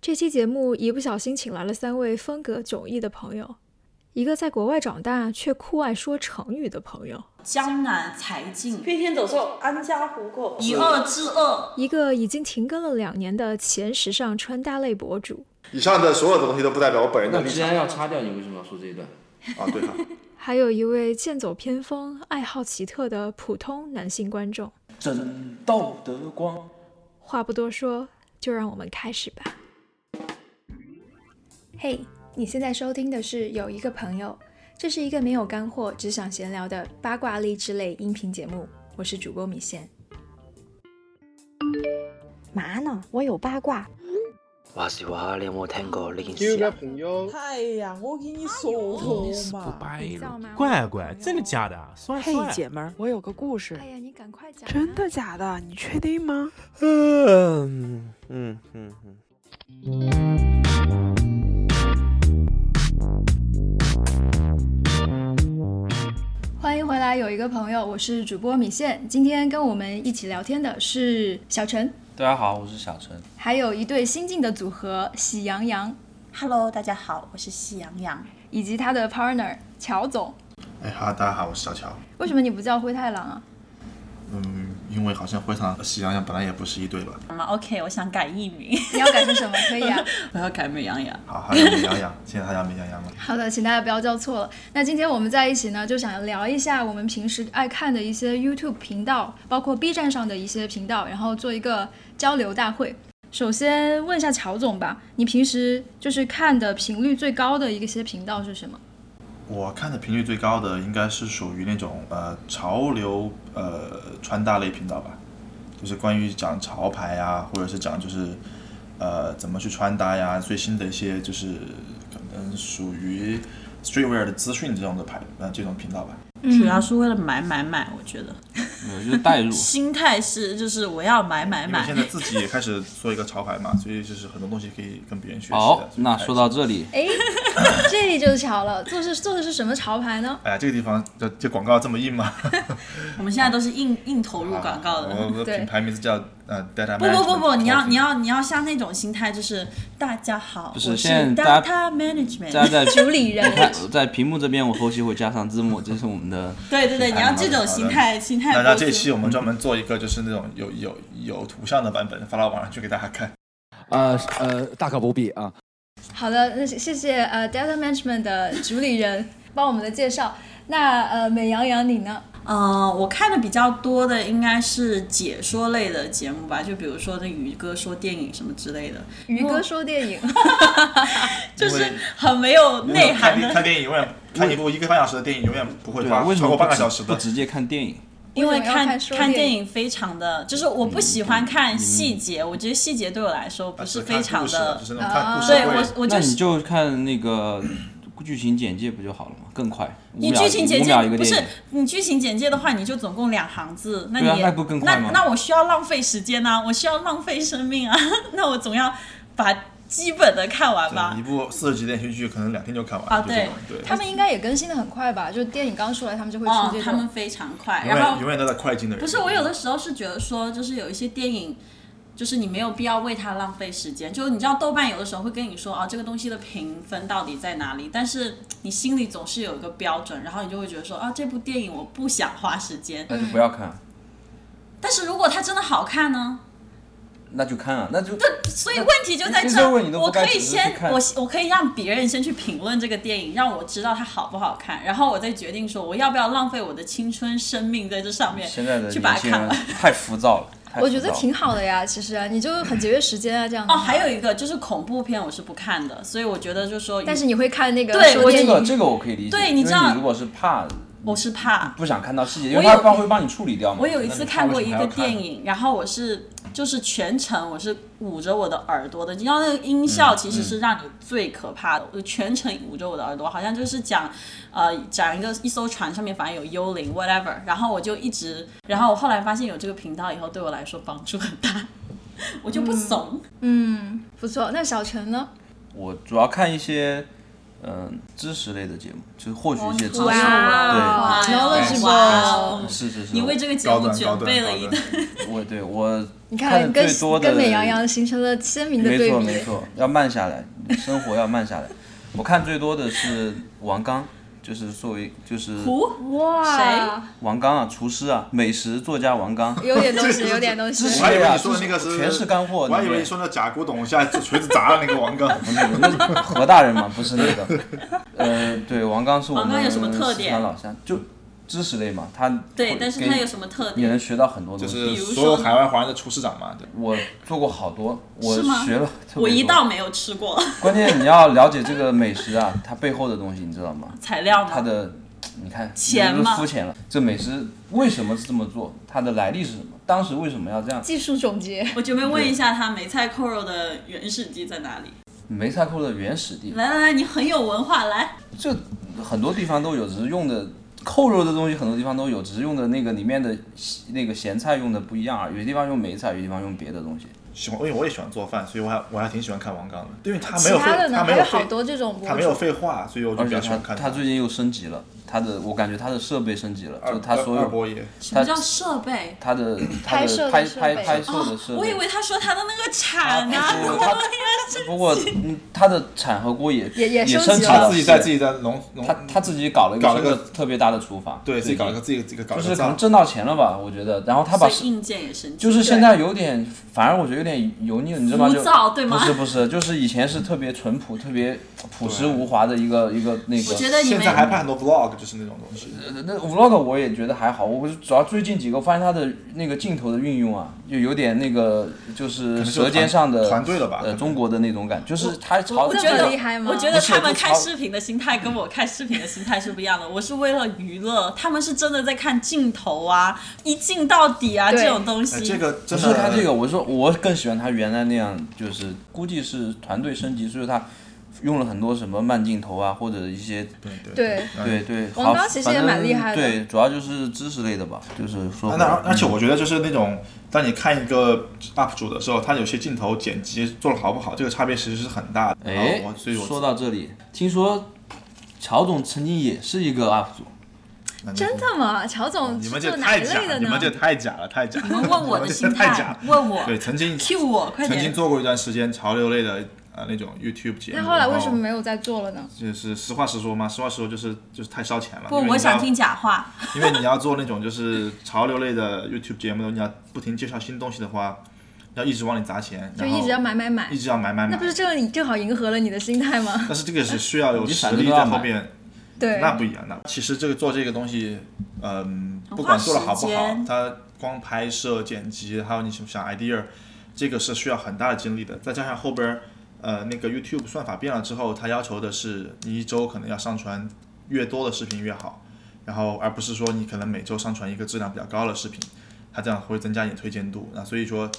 这期节目一不小心请来了三位风格迥异的朋友，一个在国外长大却酷爱说成语的朋友，江南才尽，飞天走兽，安家糊口，以恶制恶，一个已经停更了两年的前时尚穿搭类博主，以上的所有的东西都不代表我本人的那立既场然要擦掉，你为什么要说这一段？啊。对哈、还有一位剑走偏锋、爱好奇特的普通男性观众。正道的光。话不多说，就让我们开始吧。嘿、你现在收听的是《有一个朋友》，这是一个没有干货，只想闲聊的八卦励志类音频节目。我是主播米线。嘛呢？我有八卦，话是话，你有冇听過呢件有事个啊？朋友，哎呀，我跟你说过嘛，你知道吗乖乖，真的假的？啊帅嘿，帅。姐们儿，我有个故事哎，呀，你赶快讲、真的？假的？你确定吗？嗯嗯嗯嗯，欢迎回来，有一个朋友，我是主播米线。今天跟我们一起聊天的是小陈，大家好，我是小 陈。还有一对新晋的组合喜羊羊， Hello，大家好，我是喜羊羊。以及他的 partner 乔总。哎哈，大家好，我是小乔。为什么你不叫灰太狼啊？嗯，因为好像灰太狼和喜羊羊本来也不是一对吧？好吗嗯 OK，我想改艺名，你要改成什么？可以啊。 我要改美羊羊。好，还有美羊 羊，现在还叫美羊羊了。好的，请大家不要叫错了。那今天我们在一起呢，就想聊一下我们平时爱看的一些 YouTube 频道，包括 B 站上的一些频道，然后做一个交流大会。首先问一下乔总吧，你平时就是看的频率最高的一些频道是什么？我看的频率最高的应该是属于那种呃潮流呃穿搭类频道吧，就是关于讲潮牌呀，或者是讲就是呃怎么去穿搭呀，最新的一些就是可能属于 streetwear 的资讯这种的牌呃这种频道吧。主要是为了买买买，我觉得。没有，就是代入心态是就是我要买买因为买现。在自己也开始做一个潮牌嘛， 所以就是很多东西可以跟别人学习的。 好，所以那才说到 这里，哎，这就是潮了，做是做的是什么潮牌呢？哎呀，这个地方这这广告这 么硬吗？我们现在都是硬硬投入广告啊的。哦我们对的品牌名字叫呃 Data。不不不不，你要你要你要像那种心态，就是大家好，不是我现在大家 data management，大家在主理人我看在屏幕这边，我后期会加上字幕，这是我们哎的对对对，你要这种心态心态。那那这一嗯期我们专门做一个就是那种有有有图像的版本发到网上去给大家看。呃呃，大可不必啊。好的，那谢谢呃 Data Management 的主理人帮我们的介绍。那呃美羊羊你呢？嗯，我看的比较多的应该是解说类的节目吧，就比如说那宇哥说电影什么之类的，于哥说电影，就是很没有内涵看看的。电影永远看一部一个半小时的电影永远不会对花啊，为什超过么半不个直小时不的。直接看电影？因为为什么要看看说看电电影影非常的，就是我不喜欢看细节，我觉得细节对我来说不啊是看非常故事的就。是那种看故事对会我，我那就你是就看那个 剧情简介不就好了吗？更快，五你秒剧情简五介秒一个不电是影。你剧情简介的话，你就总共两行字，那你对啊也、那不更快那吗那我需要浪费时间啊，我需要浪费生命啊，那我总要把基本的看完吧对嗯一。部四十集连续剧可能两天就看完。啊就这种对，他们应该也更新的很快吧？就电影刚出来，他们就会哦出这，他种。们非常快，永然后远永远都在快进的人。不是，我有的时候是觉得说，就是有一些电影，就是你没有必要为它浪费时间。就是你知道豆瓣有的时候会跟你说啊，这个东西的评分到底在哪里，但是你心里总是有一个标准，然后你就会觉得说啊，这部电影我不想花时间。那就不要看，但是如果它真的好看呢？那就看啊，那就所以问题就在这这些儿，问你都不我该可以只是先去看我我可以让别人先去评论这个电影，让我知道它好不好看，然后我再决定说我要不要浪费我的青春生命在这上面，现在的去把它年轻看人完。太浮躁了。太我觉浮得躁了挺好的呀，其实啊，你就很节约时间啊，这样的哦，话还，有一个就是恐怖片，我是不看的，所以我觉得就是说，但是你会看那个对说我电这影个这个我可以理解，对你因知为道你如果是怕我是怕。不想看到细节，因我为他有帮会帮你处理掉嘛。我有一次看过一个电那你影，然后我是就是全程我是捂着我的耳朵的，你知道那个音效其实是让你最可怕的，我就全程捂着我的耳朵，好像就是讲呃讲一个一艘船上面反正有幽灵 whatever，然后我就一直，然后我后来发现有这个频道以后对我来说帮助很大， 我嗯就不怂。嗯，不错。那小陈呢？我主要看一些嗯、知识类的节目，就是获取一些知识。哇对，嗯哇，knowledgeable 哇是是是，哦你为这个节高目端高准备端了高一端，我对我你看看，的跟最多的跟美羊羊形成了鲜明的没对错比。没错，要慢下来，生活要慢下来。我看最多的是王刚，就是作为就是胡哇，王刚啊，厨师啊，美食作家王刚，有点东西，有点东西知。识我还以为对啊你说的那个是全是干货我还里以为面你说那假古董下锤子砸 了那个王刚。不是那是 何大人嘛，不是那个。 呃，对，王刚是我们王刚有什么特点四川老乡就知识类嘛，他对会，但是给他有什么特你点？能学到很多东就西。是如说所有海外华人的厨师长嘛，对，我做过好多，我是吗学了特别多我一道没有吃过关键你要了解这个美食啊， 它背后的东西你知道吗？材料它吗？的，你看，钱你是不嘛是肤浅了。这美食为什么是这么做？它的来历是什么？当时为什么要这样？技术总结，我准备问一下他梅菜扣肉的原始地在哪里？梅菜扣的原始地，来来来，你很有文化，来，这很多地方都有，只是用的扣肉的东西很多地方都有，只是用的那个里面的西那个咸菜用的不一样而已有些地方用梅菜，有些地方用别的东西。喜欢，因为我也喜欢做饭，所以我还我还挺喜欢看王刚的，因为他没其有他的废，呢没还有有好废，多这种博他主没有废话，所以我就而比且较喜它欢看它最近又升级了，它的我感觉它的设备升级了，二就它所二有波爷，什么叫设备？它的它拍摄的的拍设拍备哦拍摄的设备。我以为他说他的那个铲呢、啊不他不过，嗯，它的产和锅也 也也也升升级级了他了，自己在自己在农农他他自己搞了一个搞了新的个特别大的厨房，对自己搞了一个自己自己搞就了是个可能灶，挣到钱了吧，我觉得。然后他把所以硬件也升级，就是现在有点，反而我觉得有点油腻了，你知道吗？就浮躁对吗不是不是，就是以前是特别淳朴、特别朴实无华的一个一个那我觉个。得你现们在还拍很多 vlog，就是那种东西，哎呃那 vlog 我也觉得还好，我不是主要最近几个我发现他的那个镜头的运用啊，就有点那个就是能是舌尖上的团队了吧可呃，能中国的那种感觉，就是他朝我着觉这得个么厉害吗我觉得他们不是就看朝视频的心态跟我看视频的心态是不一样的。我是为了娱乐，他们是真的在看镜头啊，一镜到底啊对这种东哎，西。这个不真是的他这个，我说我更喜欢他原来那样，就是估计是团队升级，所以他用了很多什么慢镜头啊，或者一些对对对，对对。王好刚其实反也蛮正厉害的对，主要就是知识类的吧，就是说啊回来。那而而且我觉得就是那种，当你看一个 UP 主的时候，他有些镜头剪辑做的好不好，这个差别其实是很大的。哎然后我，所以我说到这里，听说乔总曾经也是一个 UP 主，真的吗？乔总哦你是们做这哪太一假类，的你呢们？这太假了，太假了。你们问我的心 太假态了，问我对，曾经 cue 我，快 曾经点。做过一段时间潮流类的呃那种 YouTube 节目。那后来为然什么没有再做了呢？就是实话实说嘛，实话实说就是就是太烧钱了。不因为，你我想要听假话。因为你要做那种就是潮流类的 YouTube 节目，你要不停介绍新东西的话，要一直往里砸钱，然后一直要买买买一，直要买买买。那不是这你正好迎合了你的心态 吗？但是这个是需要有你实反力正都在要后买面，对， 那不一样。那其实这个做这个东西，嗯，很不花管做的好时不好间，它光拍摄、剪辑，还有你想不想 idea，这个是需要很大的精力的。再加上后边儿，呃，那个 YouTube 算法变了之后，它要求的是你一周可能要上传越多的视频越好，然后而不是说你可能每周上传一个质量比较高的视频，它这样会增加你的推荐度。那所以说。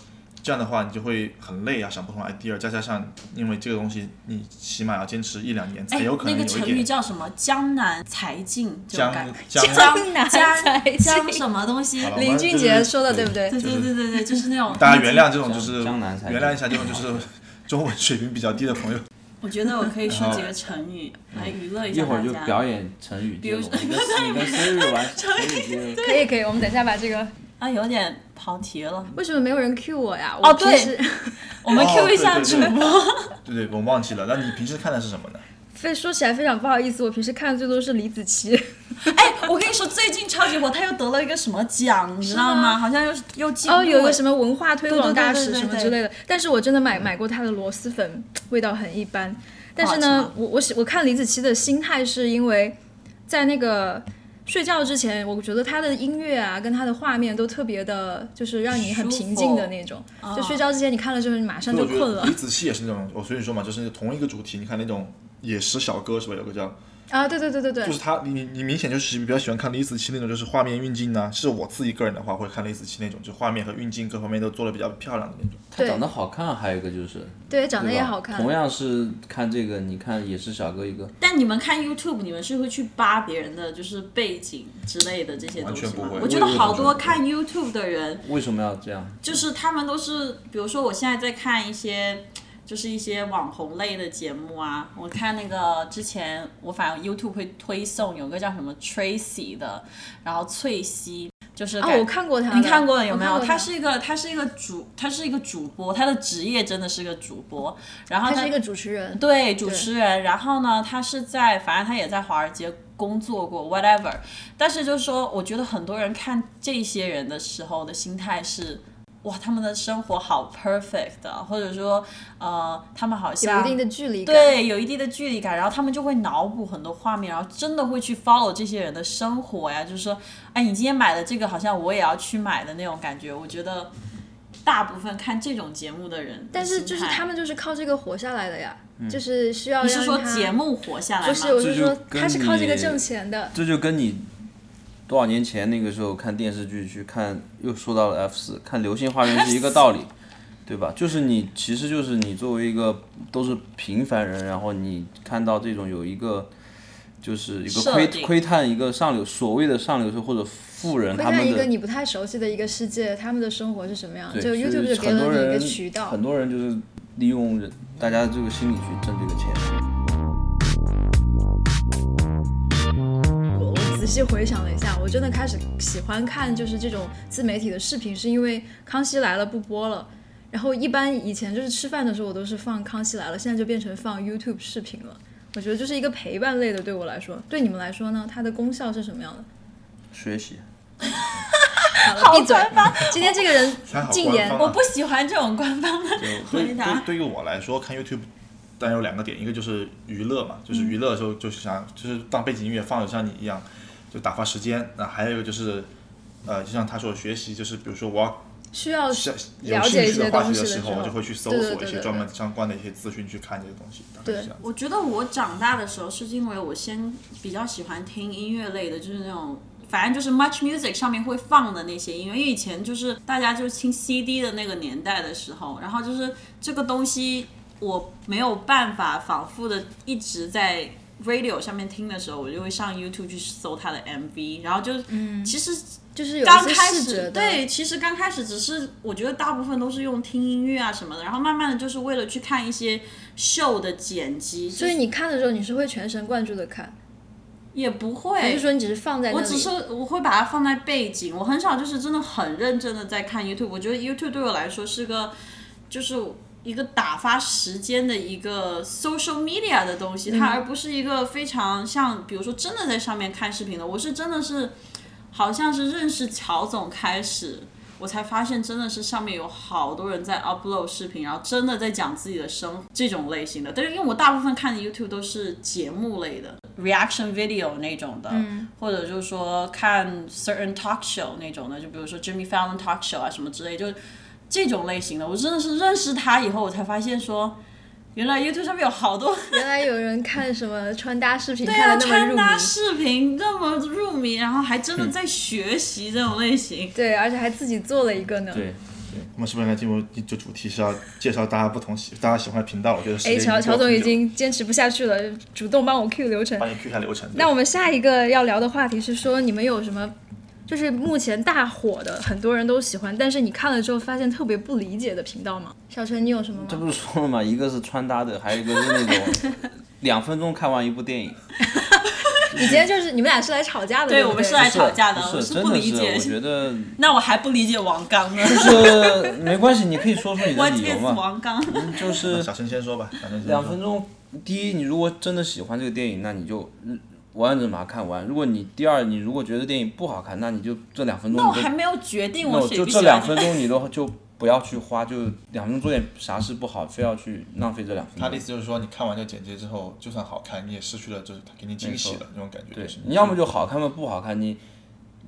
这样的话，你就会很累啊，想不同 idea，再加上因为这个东西，你起码要坚持一两年才哎有，可那能个有一成点语叫什么？江南才尽，这种江感觉。江江南才江尽江什么东西好？了林俊杰说的对不对？ 对对对对对，就是那 种。大家原谅这种就是江江南才原谅一下这种就是中文水平比较低的朋友。我觉得我可以说啊几个成语嗯来娱乐一一下会大儿就家。表演成语接龙，比 如说你跟你跟 Siri 玩成语接龙，可以可以，我们等一下把这个啊，有点跑题了。为什么没有人 cue 我呀？哦我平对时 我们哦 Q 一下对主对对播。 对对，我忘记了。那你平时看的是什么呢？非说起来非常不好意思，我平时看的最多是李子柒。哎，我跟你说，最近超级火，他又得了一个什么奖，你知道吗？好像又是又进哦，有入个什么文化推广大使对对对对什么对之类的，但是我真的买买过他的螺蛳粉，味道很一般。但是好吃呢吗，我我喜我看李子柒的心态是因为在那个睡觉之前，我觉得他的音乐啊跟他的画面都特别的，就是让你很舒服平静的那种。就睡觉之前你看了之后，你马上所以就我觉困得嗯了李子柒也是那种，我所以说嘛，就是同一个主题。你看那种野食小哥是吧？有个叫，啊！对对对对对就是，他，你你你明显就是比较喜欢看李子柒那种，就是画面运镜呢、是我自己个人的话，会看李子柒那种，就画面和运镜各方面都做的比较漂亮的那种。他对长得好看，还有一个就是对长得对也吧好看同。样是看这个，你看也是小哥一个，但你们看 YouTube，你们是会去扒别人的就是背景之类的这些东西完全不吗会？我觉我得也是好完全多不会看 YouTube 的人，为什么要这样？就是他们都是，比如说我现在在看一些。就是一些网红类的节目啊。我看那个之前我反正 YouTube 会推送有个叫什么 Tracy 的，然后翠西。就是啊感我看过她的你看过了有我没看有？过她她是一个，她是一个主，她是一个主播，她的职业真的是个主播。然后他是一个主持人，对，主持人。然后呢，他是在，反正他也在华尔街工作过，whatever。但是就是说，我觉得很多人看这些人的时候的心态是，哇，他们的生活好 perfect，啊或者说，呃，他们好有像一定的距离感。对，有一定的距离感，然后他们就会脑补很多画面，然后真的会去 follow 这些人的生活呀，就是说，哎，你今天买的这个，好像我也要去买的那种感觉。我觉得大部分看这种节目的人的心态，但是就是他们就是靠这个活下来的呀，就是需要你是让说他节目活下来吗？不是，我是嗯这就说跟他是靠这个你挣钱的。这就跟你多少年前那个时候看电视剧去看，又说到了 F 四，看《流星花园》是一 个道理，对吧？就是你，其实就是你作为一个都是平凡人，然后你看到这种有一个就是一个设窥定窥探一个上流所谓的上流社会或者富人会他看们一个的你不太熟悉的一个世界，他们的生活是什么样？就对，所 YouTube 以就给很了多你一人个渠道很。多人就是利用人大家这个心理去挣这个钱。我我仔细回想了一下，我真的开始喜欢看就是这种自媒体的视频，是因为《康熙来了》不播了。然后一般以前就是吃饭的时候我都是放《康熙来了》，现在就变成放 YouTube 视频了。我觉得就是一个陪伴类的，对我来说，对你们来说呢，它的功效是什么样的？学习，好了，闭嘴！今天这个 人还好禁官言方，啊我不喜欢这种官方的对于回答对对于我来说，看 YouTube，当然有两个点，一个就是娱乐嘛，就是嗯娱乐的时候就是想就是当背景音乐放，像你一样，就打发时间。那还有一个就是，呃，就像他说学习，就是比如说我要需要想有了兴解一趣些的话东题西的的时时候，候，我就会去搜对索一些对对专。对门对相关的一些资讯去看这些东西，大概是这样。我觉得我长大的时候是因为我先比较喜欢听音乐类的，就是那种。反正就是 Much Music 上面会放的那些音乐，因为以前就是大家就听 CD 的那个年代的时候，然后就是这个东西我没有办法反复的一直在 radio 上面听的时候，我就会上 YouTube 去搜它的 MV，然后就、嗯、其实就是有刚一些开视觉始的对，其实刚开始只是我觉得大部分都是用听音乐啊什么的，然后慢慢的就是为了去看一些秀的剪辑，所以就是你看的时候，你是会全神贯注的看，也不还是会。说你只是放在那我里？只是我会把它放在背景，我很少就是真的很认真的在看 YouTube。我觉得 YouTube 对我来说是个，就是一个打发时间的一个 social media 的东西，它而不是一个非常像，比如说真的在上面看视频的。我是真的是，好像是认识乔总开始，我才发现真的是上面有好多人在 upload 视频，然后真的在讲自己的生活这种类型的。但是因为我大部分看的 YouTube 都是节目类的，reaction video 那种的，或者就是说看 certain talk show 那种的，就比如说 Jimmy Fallon talk show 啊什么之类，就这种类型的。我真的是认识他以后，我才发现说。原来 YouTube 上面有好多原来有人看什么穿搭视频对啊看的那么穿入搭迷，嗯视频那么入迷，然后还真的在学习这种类型。对，而且还自己做了一个呢。对，我们是不是应该进入就主题是要介绍大家不同喜大家喜欢的频道？我觉得时间哎，已经过乔了乔总很已久经坚持不下去了，主动帮我 Q 流程帮。你 Q 一下流程。那我们下一个要聊的话题是说，你们有什么就是目前大火的，很多人都喜欢，但是你看了之后发现特别不理解的频道吗？小陈，你有什么这吗？不是说了吗？一个是穿搭的，还有一个是那 种两分钟看完一部电影。你今天就是你们俩是来吵架的，对对，不对，我们是来是吵架的，不我不是真的理是，解我。觉得 那我还不理解 王刚呢就是没关系，你可以说 出你的，What 理由 is 嘛。王刚？嗯就是小陈先说吧，小陈先两分说。钟，第一，你如果真的喜欢这个电影，那你就嗯完完整把它看完；如果你第二，你如果觉得电影不好看，那你就这两分钟那我你还都，没有决定那我我喜不就喜这欢。两分钟你都就不要去花，就两分钟做点啥事不好，非要去浪费这两分他钟的意。思就是说，你看完这个简介之后，就算好看，你也失去了就是他给你惊喜了那种感觉。对就是，你要么就好看嘛，不好看你，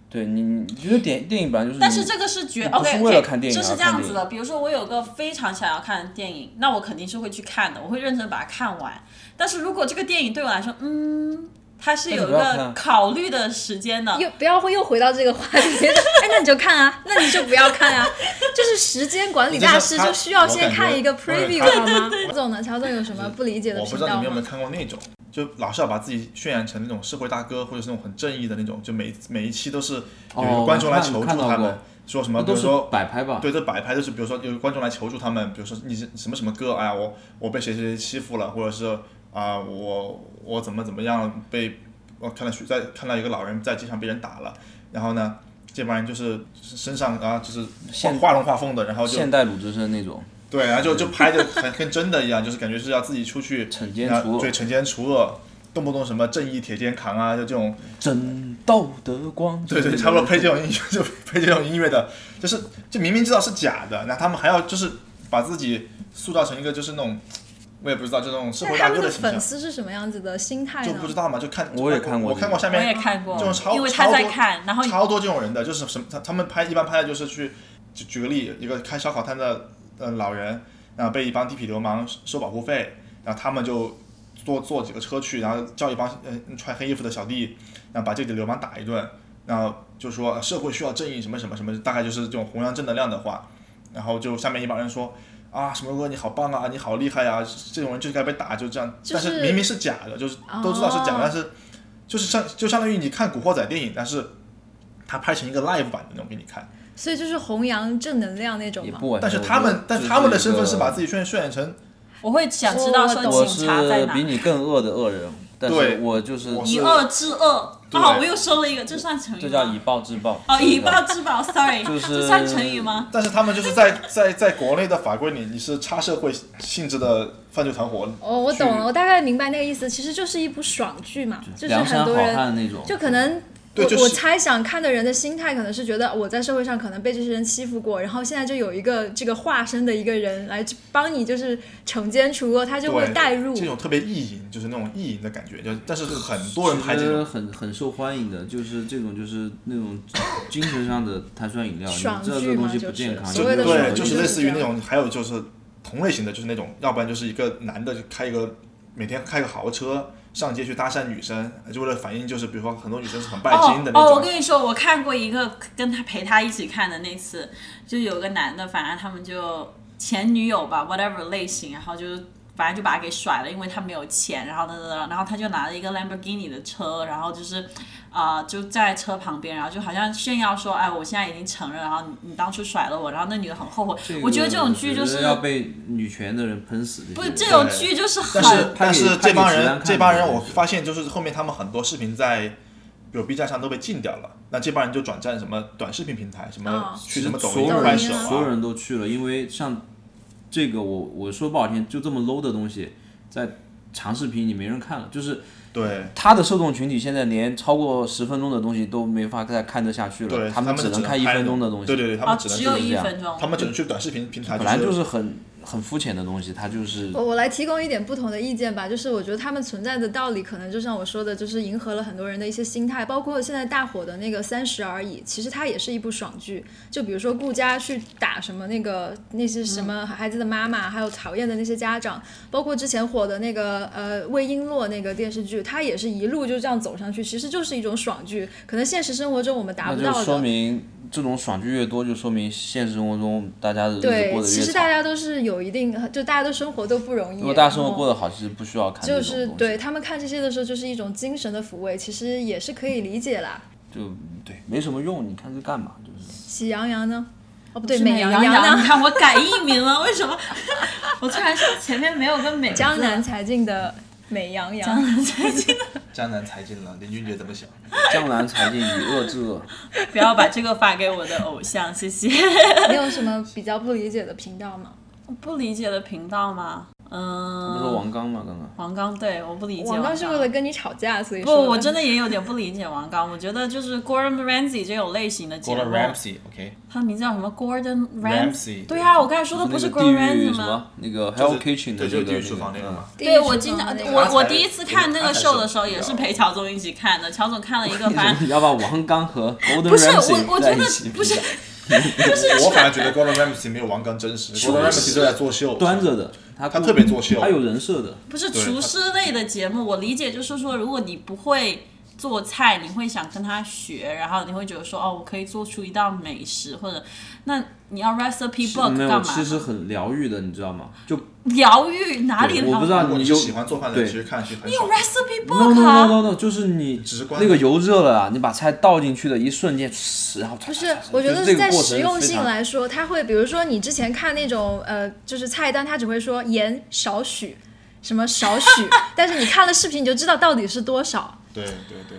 对你，你觉得电电影本来就是你，但是这个是绝你嗯不 OK，是为了看电影就而是看这样电子影的。比如说，我有个非常想要看的电影，那我肯定是会去看的，我会认真把它看完。但是如果这个电影对我来说，嗯，它是那你有一不要看个啊考虑的时间的，又不要会又回到这个话题， 哎，那你就看啊，那你就不要看啊，就是时间管理大师就是他就需要先看一个我感觉 preview 我感觉好吗？乔总呢？乔总有什么不理解的我不频知道你道们有没吗有？看过那种，就老是要把自己渲染成那种社会大哥，或者是那种很正义的那种，就每每一期都是有一个哦观众来我看求助看到他过们，说什那么，比都如是说摆拍吧？对，这摆拍就是，比如说有观众来求助他们，比如说你是什么什么歌，哎呀，我我被谁谁谁欺负了，或者是啊、我我怎么怎么样被我看到谁在看到一个老人在街上被人打了，然后呢，这帮人就是身上啊就是画现画龙画凤的，然后就现代鲁智深那种，对，然后就就拍的很跟真的一样，就是感觉是要自己出去惩奸然后除恶对，惩奸除恶。动不动什么正义铁肩扛啊，就这种，正道的光。对对，差不多配这种音乐 就配这种音乐的，就是就明明知道是假的，那他们还要就是把自己塑造成一个就是那种，我也不知道，就那种社那会他大们哥的形象粉，丝是什么样子的心态就呢？不知道嘛，就看我也看看过我这看个过下我面也看过这种，超因为他超在多看，然后超多这种人的，就是什么他他们拍一般拍的就是去，举举个例，一个开烧烤摊的呃老人，然后被一帮地痞流氓收保护费，然后他们就坐坐几个车去，然后叫一帮呃穿黑衣服的小弟，然后把这个流氓打一顿，然后就说呃社会需要正义什么什么什么，大概就是这种弘扬正能量的话，然后就下面一帮人说。啊，什么哥你好棒啊，你好厉害呀、这种人就该被打，就这样。就是但是明明是假的，就是都知道是假的，哦但是就是相就相当于你看《古惑仔》电影，但是他拍成一个 live 版的那种给你看，所以就是弘扬正能量那种也嘛。不完但全。是他哎我觉们得但就是他们的一身份个是把自己渲渲染成我会想知道我说我警是察在哪比，你更恶的恶人，但对是我就是我以恶制恶。对啊，我又说了一个，这算成语吗？这叫以暴制暴。哦，以暴吧制暴，sorry，就是这算成语吗？但是他们就是 在在在国内的法规里，你是差社会性质的犯罪团伙。哦，我懂了，我。大概明白那个意思。其实就是一部爽剧嘛，就是梁很山好多人汉那种，就可能我。对就是我猜想看的人的心态可能是觉得我在社会上可能被这些人欺负过，然后现在就有一个这个化身的一个人来帮你，就是惩奸除恶，他就会对带入。这种特别意淫，就是那种意淫的感觉，就但是很多人拍这种，很很受欢迎的，就是这种就是那种精神上的碳酸饮料，你爽知道剧这东嘛西就不健是康，所也谓的不爽好对，剧就意是思类似于那种，还有就是同类型的，就是那种，要不然就是一个男的就开一个每天开个豪车上街去搭讪女生，就为了反映就是比如说很多女生是很拜金的那种。哦哦，我跟你说，我看过一个跟他陪他一起看的那次，就有个男的，反正他们就前女友吧，whatever 类型，然后就反正就把他给甩了，因为他没有钱，然后等等等，然后他就拿了一个 Lamborghini 的车，然后就是。啊、就在车旁边，然后就好像炫耀说：“哎，我现在已经承认，然后你你当初甩了我，然后那女的很后悔。这个我觉得这种剧就觉是得要被女权的人喷死。不些是人这种剧就是很但是拍但给是拍这给帮直男人看这的帮那人，种我是发现就是后面他们很多视频在。有 B 站上都被禁掉了，那这帮人就转战什么短视频平台，什么哦去什么抖所音有快人手啊所有人都去了，因为像这个我我说不好听，就这么 low 的东西，在长视频里没人看了，就是对它的受众群体现在连超过十分钟的东西都没法再看得下去对，了，他们只能看一拍分那钟种的东西，对对对，他啊，们只能只去有是一这样分钟，他们只能去短视频平台，本来就就是很很肤浅的东西，它就是我我来提供一点不同的意见吧，就是我觉得他们存在的道理，可能就像我说的，就是迎合了很多人的一些心态，包括现在大火的那个《三十而已》，其实它也是一部爽剧。就比如说顾佳去打什么那个那些什么孩子的妈妈，还有讨厌的那些家长，包括之前火的那个呃魏璎珞那个电视剧，它也是一路就这样走上去，其实就是一种爽剧，可能现实生活中我们达那不就到说的。明这种爽剧越多，就说明现实生活中大家的日子对过，得其越实大惨。家都是有一定，就大家都生活都不容易。如果大家生活然后过得好，其实不需要看这就种是东西对他们看这些的时候，就是一种精神的抚慰，其实也是可以理解啦。就对，没什么用，你看这干嘛？就是。喜羊羊呢？哦，不对对，美羊羊你呢？看我改艺名了，为什么？ 我突然说前面没有个美 字江南才尽的美羊羊。江南才尽了，林俊杰怎么想？ 江南才尽以恶制恶，不要把这个发给我的偶像，谢谢。 你有什么比较不理解的频道吗？不理解的频道吗？嗯，不是王刚吗？刚刚王刚，对，我不理解广告是为了刚跟你吵架，所以不，说的我真的也有点不理解王刚。我觉得就是 Gordon Ramsay 这种类型的节目， OK，他的名字叫什么？Gordon Ramsay，对啊，我刚才说的不那是个地 Gordon 狱 Ramsay 什吗？么那个就 Hell 是 Kitchen 对，就的那是地个嗯狱厨房那个嘛。地狱对，厨我房经常的那个我他我才第一次看那个他才秀的是时候，也比是较陪乔总一起看的。乔总看了一 个，为反什么正嗯要把王刚和 Golden 不是 Ramsay 我我觉在得一起比不是 较我反而觉得 Gordon Ramsay 没有王刚真实，Gordon Ramsay 是在作秀，端着的，他他故特别作秀他有人设的，不是对厨他师类的节目，我理解就是说，如果你不会做菜，你会想跟他学，然后你会觉得说哦，我可以做出一道美食，或者那你要 recipe 是 book 没有，干其实嘛？很疗愈的，你知道吗？就疗愈哪里对我不知道如果你你就是喜欢做饭的人，对其实看是很你少有的。 recipe no no book 啊 no no no，就是你直观那个油热了啊，你把菜倒进去的一瞬间，嘶然后不不是，我觉得是这个在过实程用非性常来说，它会，比如说你之前看那种呃，就是菜单，它只会说盐少许，什么少 许，但是你看了视频你就知道到底是多少。对对对，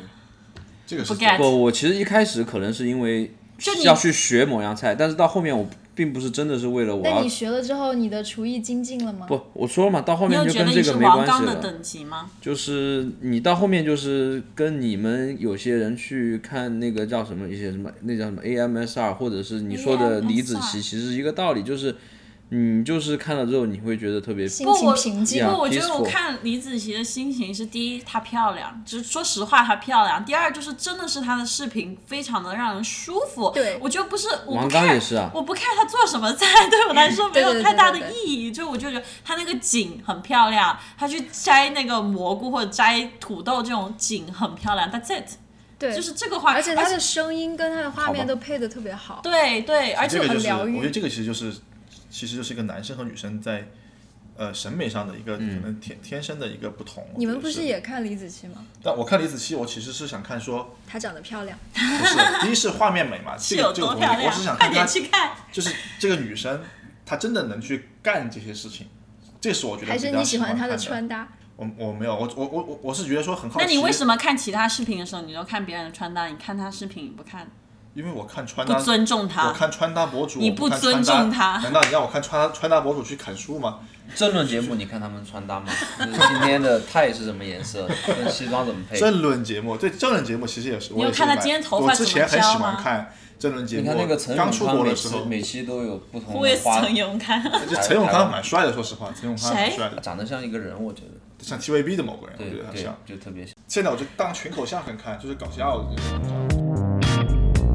这个是 Forget 不，我其实一开始可能是因为你要去学某样菜，但是到后面我并不是真的是为了我那要你学了之后，你的厨艺精进了吗？不，我说了嘛，到后你面有就觉得跟你这是个没关王系刚了。的等级吗？就是你到后面就是跟你们有些人去看那个叫什么一些什么那叫什么 AMSR，或者是你说的 AMSR 李子柒，其实一个道理，就是你就是看了之后你会觉得特别心不，情我平静不，我觉得啊 peaceful 我看李子柒的心情是：第一，她漂亮，就是说实话，她漂亮；第二，就是真的是她的视频非常的让人舒服。对我就不是我不王刚看也是啊我不看她做什么菜， 对我来说没对对嗯有对太大的对对意义。就我就觉得她那个景很漂亮，她去摘那个蘑菇或者摘土豆这种景很漂亮。That's it，对，就是这个话，而且它的声音跟它的画面都配的特别好。对对，而且这个就是，疗愈我觉得这个其实就是，其实就是一个男生和女生在，呃，审美上的一个、嗯可能天天生的一个不同。你们我觉不得是是？也看李子柒吗？但我看李子柒，我其实是想看说，她长得漂亮，不是，第一是画面美嘛，是这有个这个多东漂西，亮我是想，快看她点，去看。就是这个女生，她真的能去干这些事情，这是我觉得还是比较你喜欢欢她看的的穿搭？我我没有，我我我我我是觉得说很好那奇。你为什？么看其他视频的时候，你都看别人的穿搭，你看他视频你不看，因为我看穿不搭尊重他我？看穿搭博主，你我不看不尊穿重搭他难道你让我看穿穿搭博主去砍树吗？争论节目，你看他们穿搭吗？就是今天的tie 是什么颜 色，跟西装怎么配？争论节目，对争论节目其实也是，我有也是看他蛮今天头发我怎之么前很挑喜欢吗看争论节目，你看那个陈刚永出康国每的时候期，每期都有不同我也的是花，很勇敢。就 陈永康蛮帅的，说实话，陈永康蛮谁帅的，长得像一个人，我觉得像 TVB 的某个人，我对觉得很对像。，就特别像。现在我就当群口相声看，就是搞笑的这种。你知道吗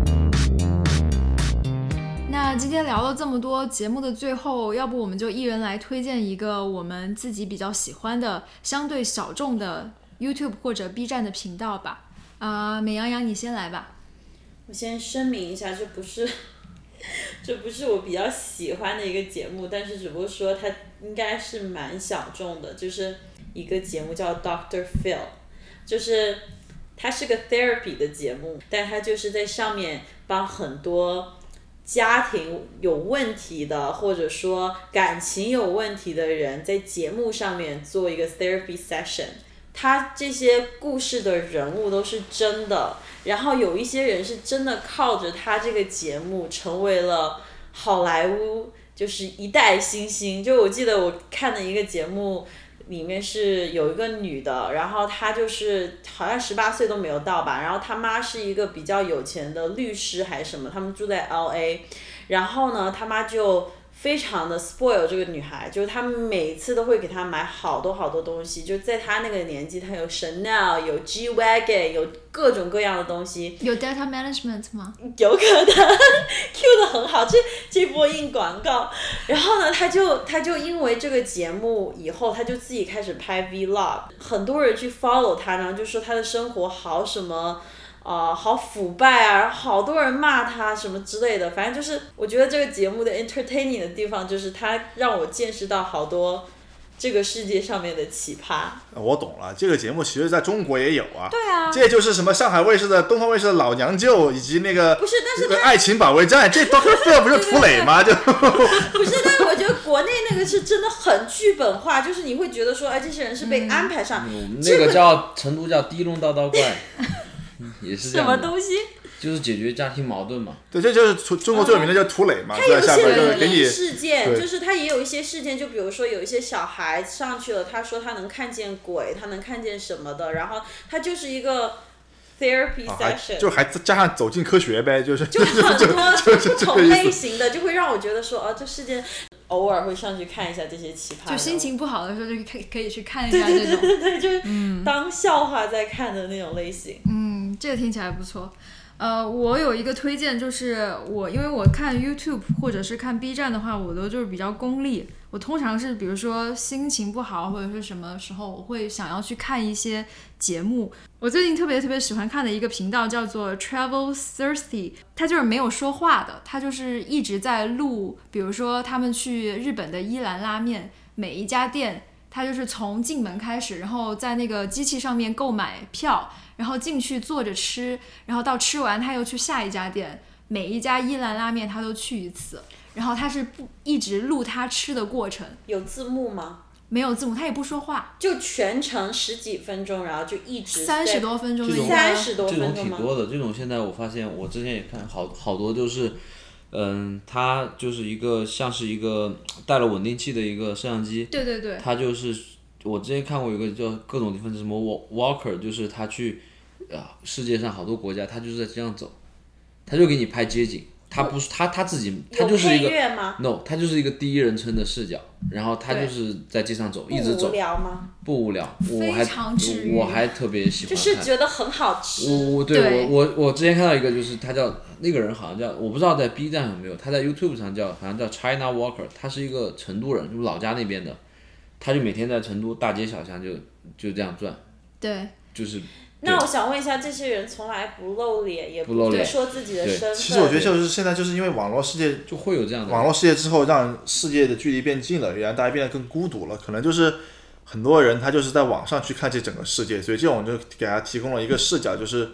那今天聊了这么多，节目的最后，要不我们就一人来推荐一个我们自己比较喜欢的、相对小众的 YouTube 或者 B 站的频道吧。啊、美羊羊，你先来吧。我先声明一下，这不是， 这不是我比较喜欢的一个节目，但是只不过说它应该是蛮小众的，就是一个节目叫 Doctor Phil，就是它是个 therapy 的节目，但它就是在上面帮很多。家庭有问题的，或者说感情有问题的人，在节目上面做一个 therapy session，他这些故事的人物都是真的，然后有一些人是真的靠着他这个节目成为了好莱坞就是一代新星。就我记得我看的一个节目。里面是有一个女的，然后她就是好像十八岁都没有到吧，然后她妈是一个比较有钱的律师还是什么，他们住在 L A，然后呢，他妈就非常的 spoil 这个女孩，就是她每次都会给她买好多好多东西，就在她那个年纪，她有 Chanel，有 G Wagon，有各种各样的东西，有 Data Management 吗？有可能 Q 的很好，这这波硬广告。然后呢，他就他就因为这个节目以后，他就自己开始拍 vlog，很多人去 follow 他，然后就说他的生活好什么。啊、好腐败啊！然后好多人骂他什么之类的，反正就是我觉得这个节目的 entertaining 的地方，就是它让我见识到好多这个世界上面的奇葩。我懂了，这个节目其实在中国也有啊。对啊，这就是什么上海卫视的、东方卫视的《老娘舅》，以及那个不是但是那个它爱情保卫战》，这 Doctor Phil 不是涂磊吗？就不是，但是我觉得国内那个是真的很剧本化，就是你会觉得说，哎，这些人是被安排上，那个叫成都叫“滴龙叨叨怪”， 也是这什样么的东西？就是解决家庭矛盾嘛。 对，这就是中中国最有名的，就是涂磊嘛，它嗯在有下些边就是灵给你异事件，对就是它也有一些事件，就比如说有一些小孩上去了，他说他能看见鬼，他能看见什么的，然后他就是一个 therapy 啊，还 session，、就还加上走进科学呗，就是就很多就是不这同个意类思。型的，就会让我觉得说，哦，这世界偶尔会上去看一下这些奇葩的，就心情不好的时候，就可以可以去看一 对下这对种。嗯对对对，就是当笑话在看的那种类型。嗯，这个听起来不错。呃，我有一个推荐，就是我因为我看 YouTube 或者是看 B 站的话，我都就是比较功利。我通常是比如说心情不好或者是什么时候，我会想要去看一些节目。我最近特别特别喜欢看的一个频道叫做 Travel Thirsty，它就是没有说话的，它就是一直在录，比如说他们去日本的伊兰拉面，每一家店他就是从进门开始，然后在那个机器上面购买票，然后进去坐着吃，然后到吃完他又去下一家店，每一家伊兰拉面他都去一次，然后他是不一直录他吃的过程，有字幕吗？没有字幕，他也不说话，就全程十几分钟，然后就一直三十多分钟啊的这一种个三十多这种分钟挺吗？多的，这种现在我发现，我之前也看好好多，就是，嗯，它就是一个像是一个带了稳定器的一个摄像机，对对对，它就是我之前看过有个叫各种地方是什么 walk walker，就是他去啊世界上好多国家，他就是在这样走，他就给你拍街景，他不是他他自己，他有就是一配个乐吗？ no，他就是一个第一人称的视角，然后他就是在街上走，一直不无走，聊吗？不无聊，我还非常治愈我还特别喜欢就啊看，是觉得很好吃。我我对对我我我之前看到一个，就是他叫那个人好像叫我不知道在 B 站有没有，他在 YouTube 上叫好像叫 China Walker，他是一个成都人，就是老家那边的，他就每天在成都大街小巷就就这样转，对。就是那我想问一下，这些人从来不露脸，也不露脸说自己的对身份。其实我觉得就是现在就是因为网络世界就会有这样的网络世界之后，让世界的距离变近了，也让大家变得更孤独了。可能就是很多人他就是在网上去看这整个世界，所以这种就给他提供了一个视角，就是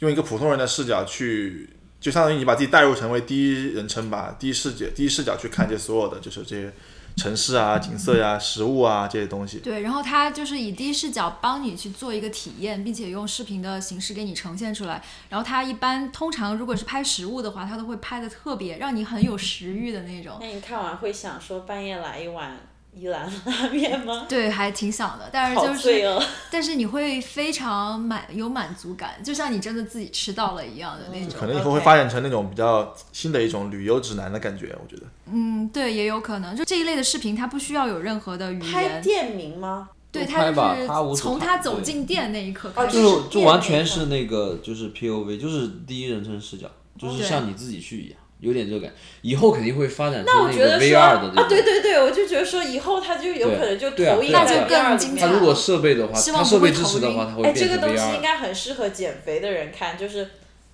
用一个普通人的视角去，就相当于你把自己带入成为第一人称吧，第一视角、第一视角去看这所有的就是这些城市啊、景色呀、食物啊这些东西。对，然后它就是以第一视角帮你去做一个体验，并且用视频的形式给你呈现出来。然后它一般通常如果是拍食物的话，它都会拍的特别让你很有食欲的那种那。你看完会想说半夜来一碗伊兰拉面 吗？对，还挺想的，但是好哦就是，罪恶。但是你会非常满有满足感，就像你真的自己吃到了一样的嗯那可种。能以后会 OK 发展成那种比较新的一种旅游指南的感觉，我觉得。嗯，对，也有可能，就这一类的视频，它不需要有任何的语拍言。店名吗？对，都它拍吧它就无是所从谓它走对进店那一刻哦开始。就是就就变完了一全个是那个就是 POV，就是第一人称视角，就是对像你自己去一样，有点这个感觉，以后肯定会发展成那我觉个得说 VR 的这啊，种。对对对，我就觉得说以后他就有对可能就对啊投影对啊在对啊 VR 里那就更精面他如果设备的话，希望他不设会备支持的头话，晕它会哎，这变个成东西应 VR。该很适合减肥的人看，就是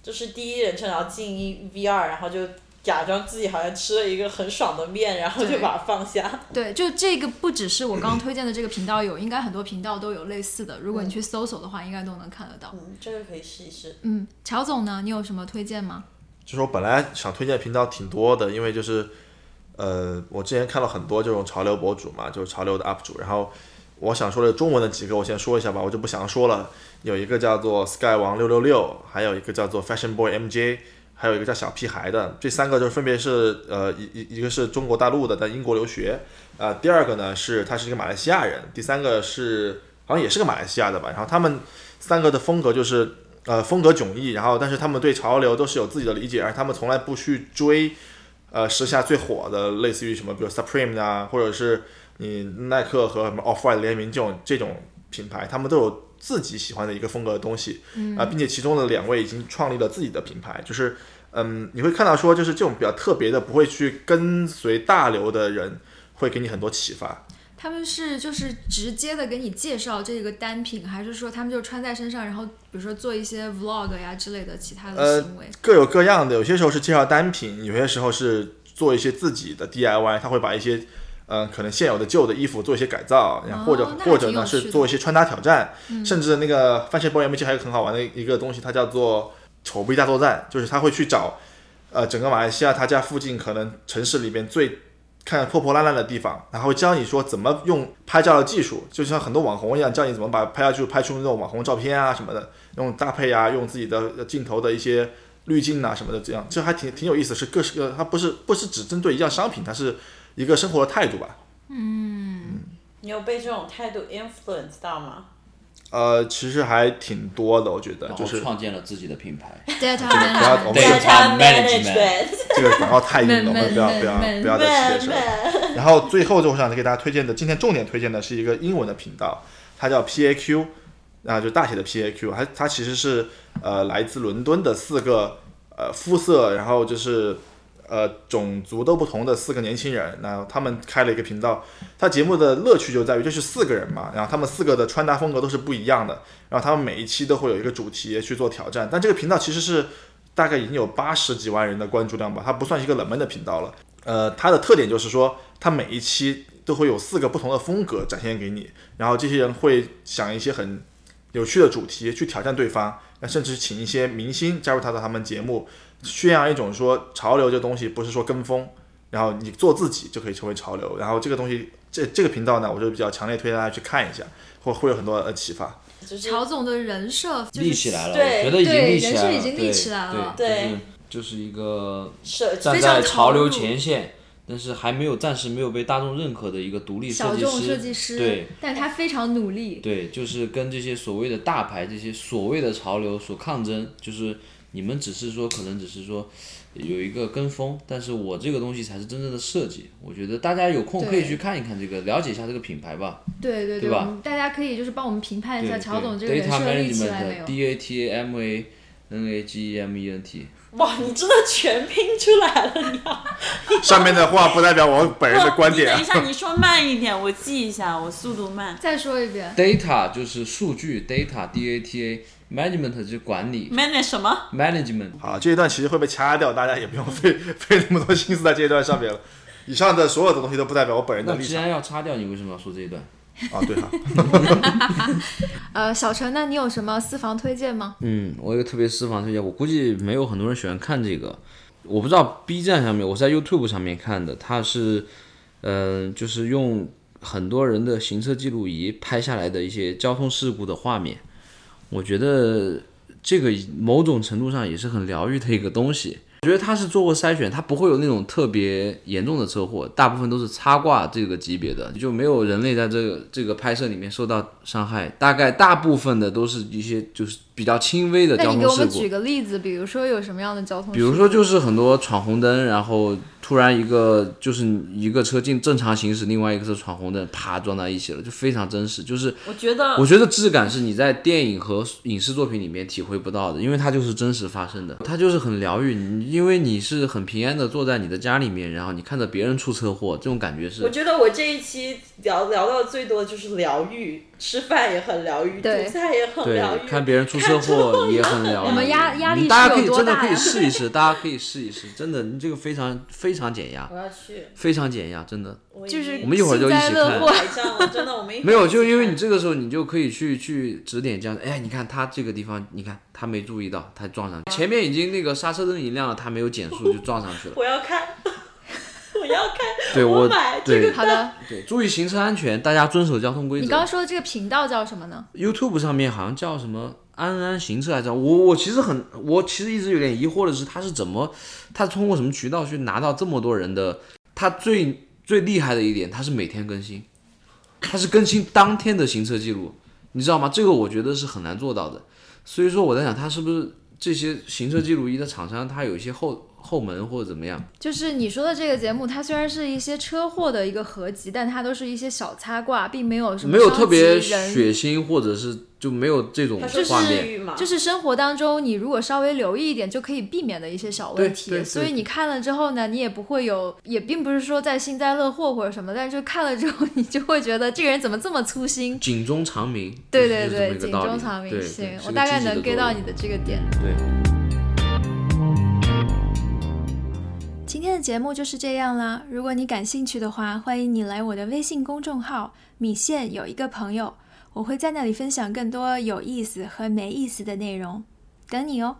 就是第一人称，然后进一 VR，然后就假装自己好像吃了一个很爽的面，然后就对把它放下。对，就这个不只是我刚刚推荐的这个频道有，应该很多频道都有类似的。如果你去搜索的话，应该都能看得到。嗯，这个可以试一试。嗯，乔总呢，你有什么推荐吗？就是我本来想推荐的频道挺多的，因为就是，呃，我之前看了很多这种潮流博主嘛，就是潮流的 UP 主。然后我想说的中文的几个，我先说一下吧，我就不详说了。有一个叫做 Sky 王六六六，还有一个叫做 Fashion Boy MJ，还有一个叫小屁孩的。这三个就是分别是呃一一一个是中国大陆的，在英国留学。呃，第二个呢是他是一个马来西亚人，第三个是好像也是个马来西亚的吧。然后他们三个的风格就是呃风格迥异，然后但是他们对潮流都是有自己的理解，而他们从来不去追呃时下最火的，类似于什么比如 Supreme 啊，或者是你耐克和什么 Off White 联名这种这种品牌，他们都有自己喜欢的一个风格的东西啊、并且其中的两位已经创立了自己的品牌，就是。嗯，你会看到说，就是这种比较特别的，不会去跟随大流的人，会给你很多启发。他们是就是直接的给你介绍这个单品，还是说他们就穿在身上，然后比如说做一些 vlog 呀之类的其他的呃行为？各有各样的，有些时候是介绍单品，有些时候是做一些自己的 DIY，他会把一些嗯、呃可能现有的旧的衣服做一些改造，然后或者、哦那还挺或者呢有趣的嗯是做一些穿搭挑战，甚至那个 Fashion Boy MG 还有一个很好玩的一个东西，它叫做丑逼大作战，就是他会去找呃整个马来西亚他家附近可能城市里边最看破破烂烂的地方，然后教你说怎么用拍照的技术，就像很多网红一样，教你怎么把拍下去拍出那种网红照片啊什么的，用搭配啊，用自己的呃镜头的一些滤镜啊什么的，这样这还挺挺有意思，是各式各，它不是不是只针对一样商品，它是一个生活的态度吧。你有被这种态度 influence 到吗？呃，其实还挺多的，我觉得然就后是创建了自己的品牌， data 不要 management 我们这个 Data management，这个广告太硬了，我们不要不要闷闷不 要再提这事儿了。然后最后就我想给大家推荐的，今天重点推荐的是一个英文的频道，它叫 PAQ 那啊就大写的 PAQ，它它其实是呃来自伦敦的四个呃肤色，然后就是呃种族都不同的四个年轻人，那他们开了一个频道，它节目的乐趣就在于就是四个人嘛，然后他们四个的穿搭风格都是不一样的，然后他们每一期都会有一个主题去做挑战，但这个频道其实是大概已经有八十几万人的关注量吧，它不算是一个冷门的频道了。呃，它的特点就是说，它每一期都会有四个不同的风格展现给你，然后这些人会想一些很有趣的主题去挑战对方，那甚至请一些明星加入他的他们节目，宣扬一种说潮流这东西不是说跟风，然后你做自己就可以成为潮流。然后这个东西，这这个频道呢，我就比较强烈推荐大家去看一下，会会有很多呃启发。就是曹总的人设就是立起来了，对我觉得已对经立起来了，人设已经立起来了对，对就是就是一个设计站非常在潮投入流前线，但是还没有暂时没有被大众认可的一个独立小计众师，设计师，对，但他非常努力，对，就是跟这些所谓的大牌、这些所谓的潮流所抗争，就是你们只是说可能只是说有一个跟风，但是我这个东西才是真正的设计。我觉得大家有空对可以去看一看这个，了解一下这个品牌吧。对对对我吧们大家可以就是帮我们评判一对下对曹总这个人，data 设立起来没 management 有？ D A T A M A N A G E M E N T。哇，你真的全拼出来了，你好。上面的话不代表我本人的观点你啊等一。下，你说慢一点，我记一下，我速度慢。再说一遍， data 就是数据，data D A T A management 就是管理 manage 什么？ ，management 好，这一段其实会被掐掉，大家也不用费 费那么多心思在这一段上面了。以上的所有的东西都不代表我本人的那立既场然要擦掉，你为什么要说这一段？啊，对哈、呃，小陈，那你有什么私房推荐吗？嗯，我有一个特别私房推荐，我估计没有很多人喜欢看这个，我不知道 B 站上面，我是在 YouTube 上面看的，它是，嗯、就是用很多人的行车记录仪拍下来的一些交通事故的画面，我觉得这个某种程度上也是很疗愈的一个东西。我觉得它是做过筛选，它不会有那种特别严重的车祸，大部分都是擦挂这个级别的，就没有人类在这个这个拍摄里面受到伤害。大概大部分的都是一些就是比较轻微的那交你通给我事们故举。个例子，比如说有什么样的交通事比故？如说就是很多闯红灯，然后突然一个就是一个车进正常行驶，另外一个车闯红灯，啪撞到一起了，就非常真实。就是我觉得我觉得质感是你在电影和影视作品里面体会不到的，因为它就是真实发生的，它就是很疗愈。你因为你是很平安的坐在你的家里面，然后你看着别人出车祸，这种感觉我是。觉得我这一期聊聊到最多的就是疗愈，吃饭也很疗愈，对煮菜也很对疗愈，，看别人出车祸也很疗愈。我们压压力嗯大是家可以有多真的大可以呀试一试，大家可以试一试，真的，你这个非常非常减压我，要去，非常减压，真的。我就是我们一会儿就一起幸灾乐看 祸，这样，我真的我们一会儿没有，一起就因为你看这个时候，你就可以去去指点这样，哎，你看他这个地方，你看他没注意到，他撞 上去，前面已经那个刹车灯已经亮了，他没有减速就撞上去 了。我要看，我要看，对我我买，这对个好的，对，注意行车安全，大家遵守交通规你刚刚则。说的这个频道叫什么呢？ YouTube 上面好像叫什么安安行车来着，我我其实很，我其实一直有点疑惑的是，他是怎么，他通过什么渠道去拿到这么多人的？他最最厉害的一点，他是每天更新，他是更新当天的行车记录，你知道吗？这个我觉得是很难做到的。所以说我在想，他是不是这些行车记录仪的厂商，他有一些后后门或者怎么样？就是你说的这个节目，它虽然是一些车祸的一个合集，但它都是一些小擦挂，并没有什么没有伤特别及人血腥，或者是就没有这种它是画治面。愈嘛，就是生活当中，你如果稍微留意一点，就可以避免的一些小问对题。对对所以你看了之后呢，你也不会有，也并不是说在幸灾乐祸或者什么，但是看了之后，你就会觉得这个人怎么这么粗心。警钟长鸣，对就对是这么对，一个警道理钟长鸣。对行对，是我个大概积极能的 get 作到用你的这个点。对。今天的节目就是这样啦。如果你感兴趣的话，欢迎你来我的微信公众号“米线有一个朋友”，我会在那里分享更多有意思和没意思的内容，等你哦。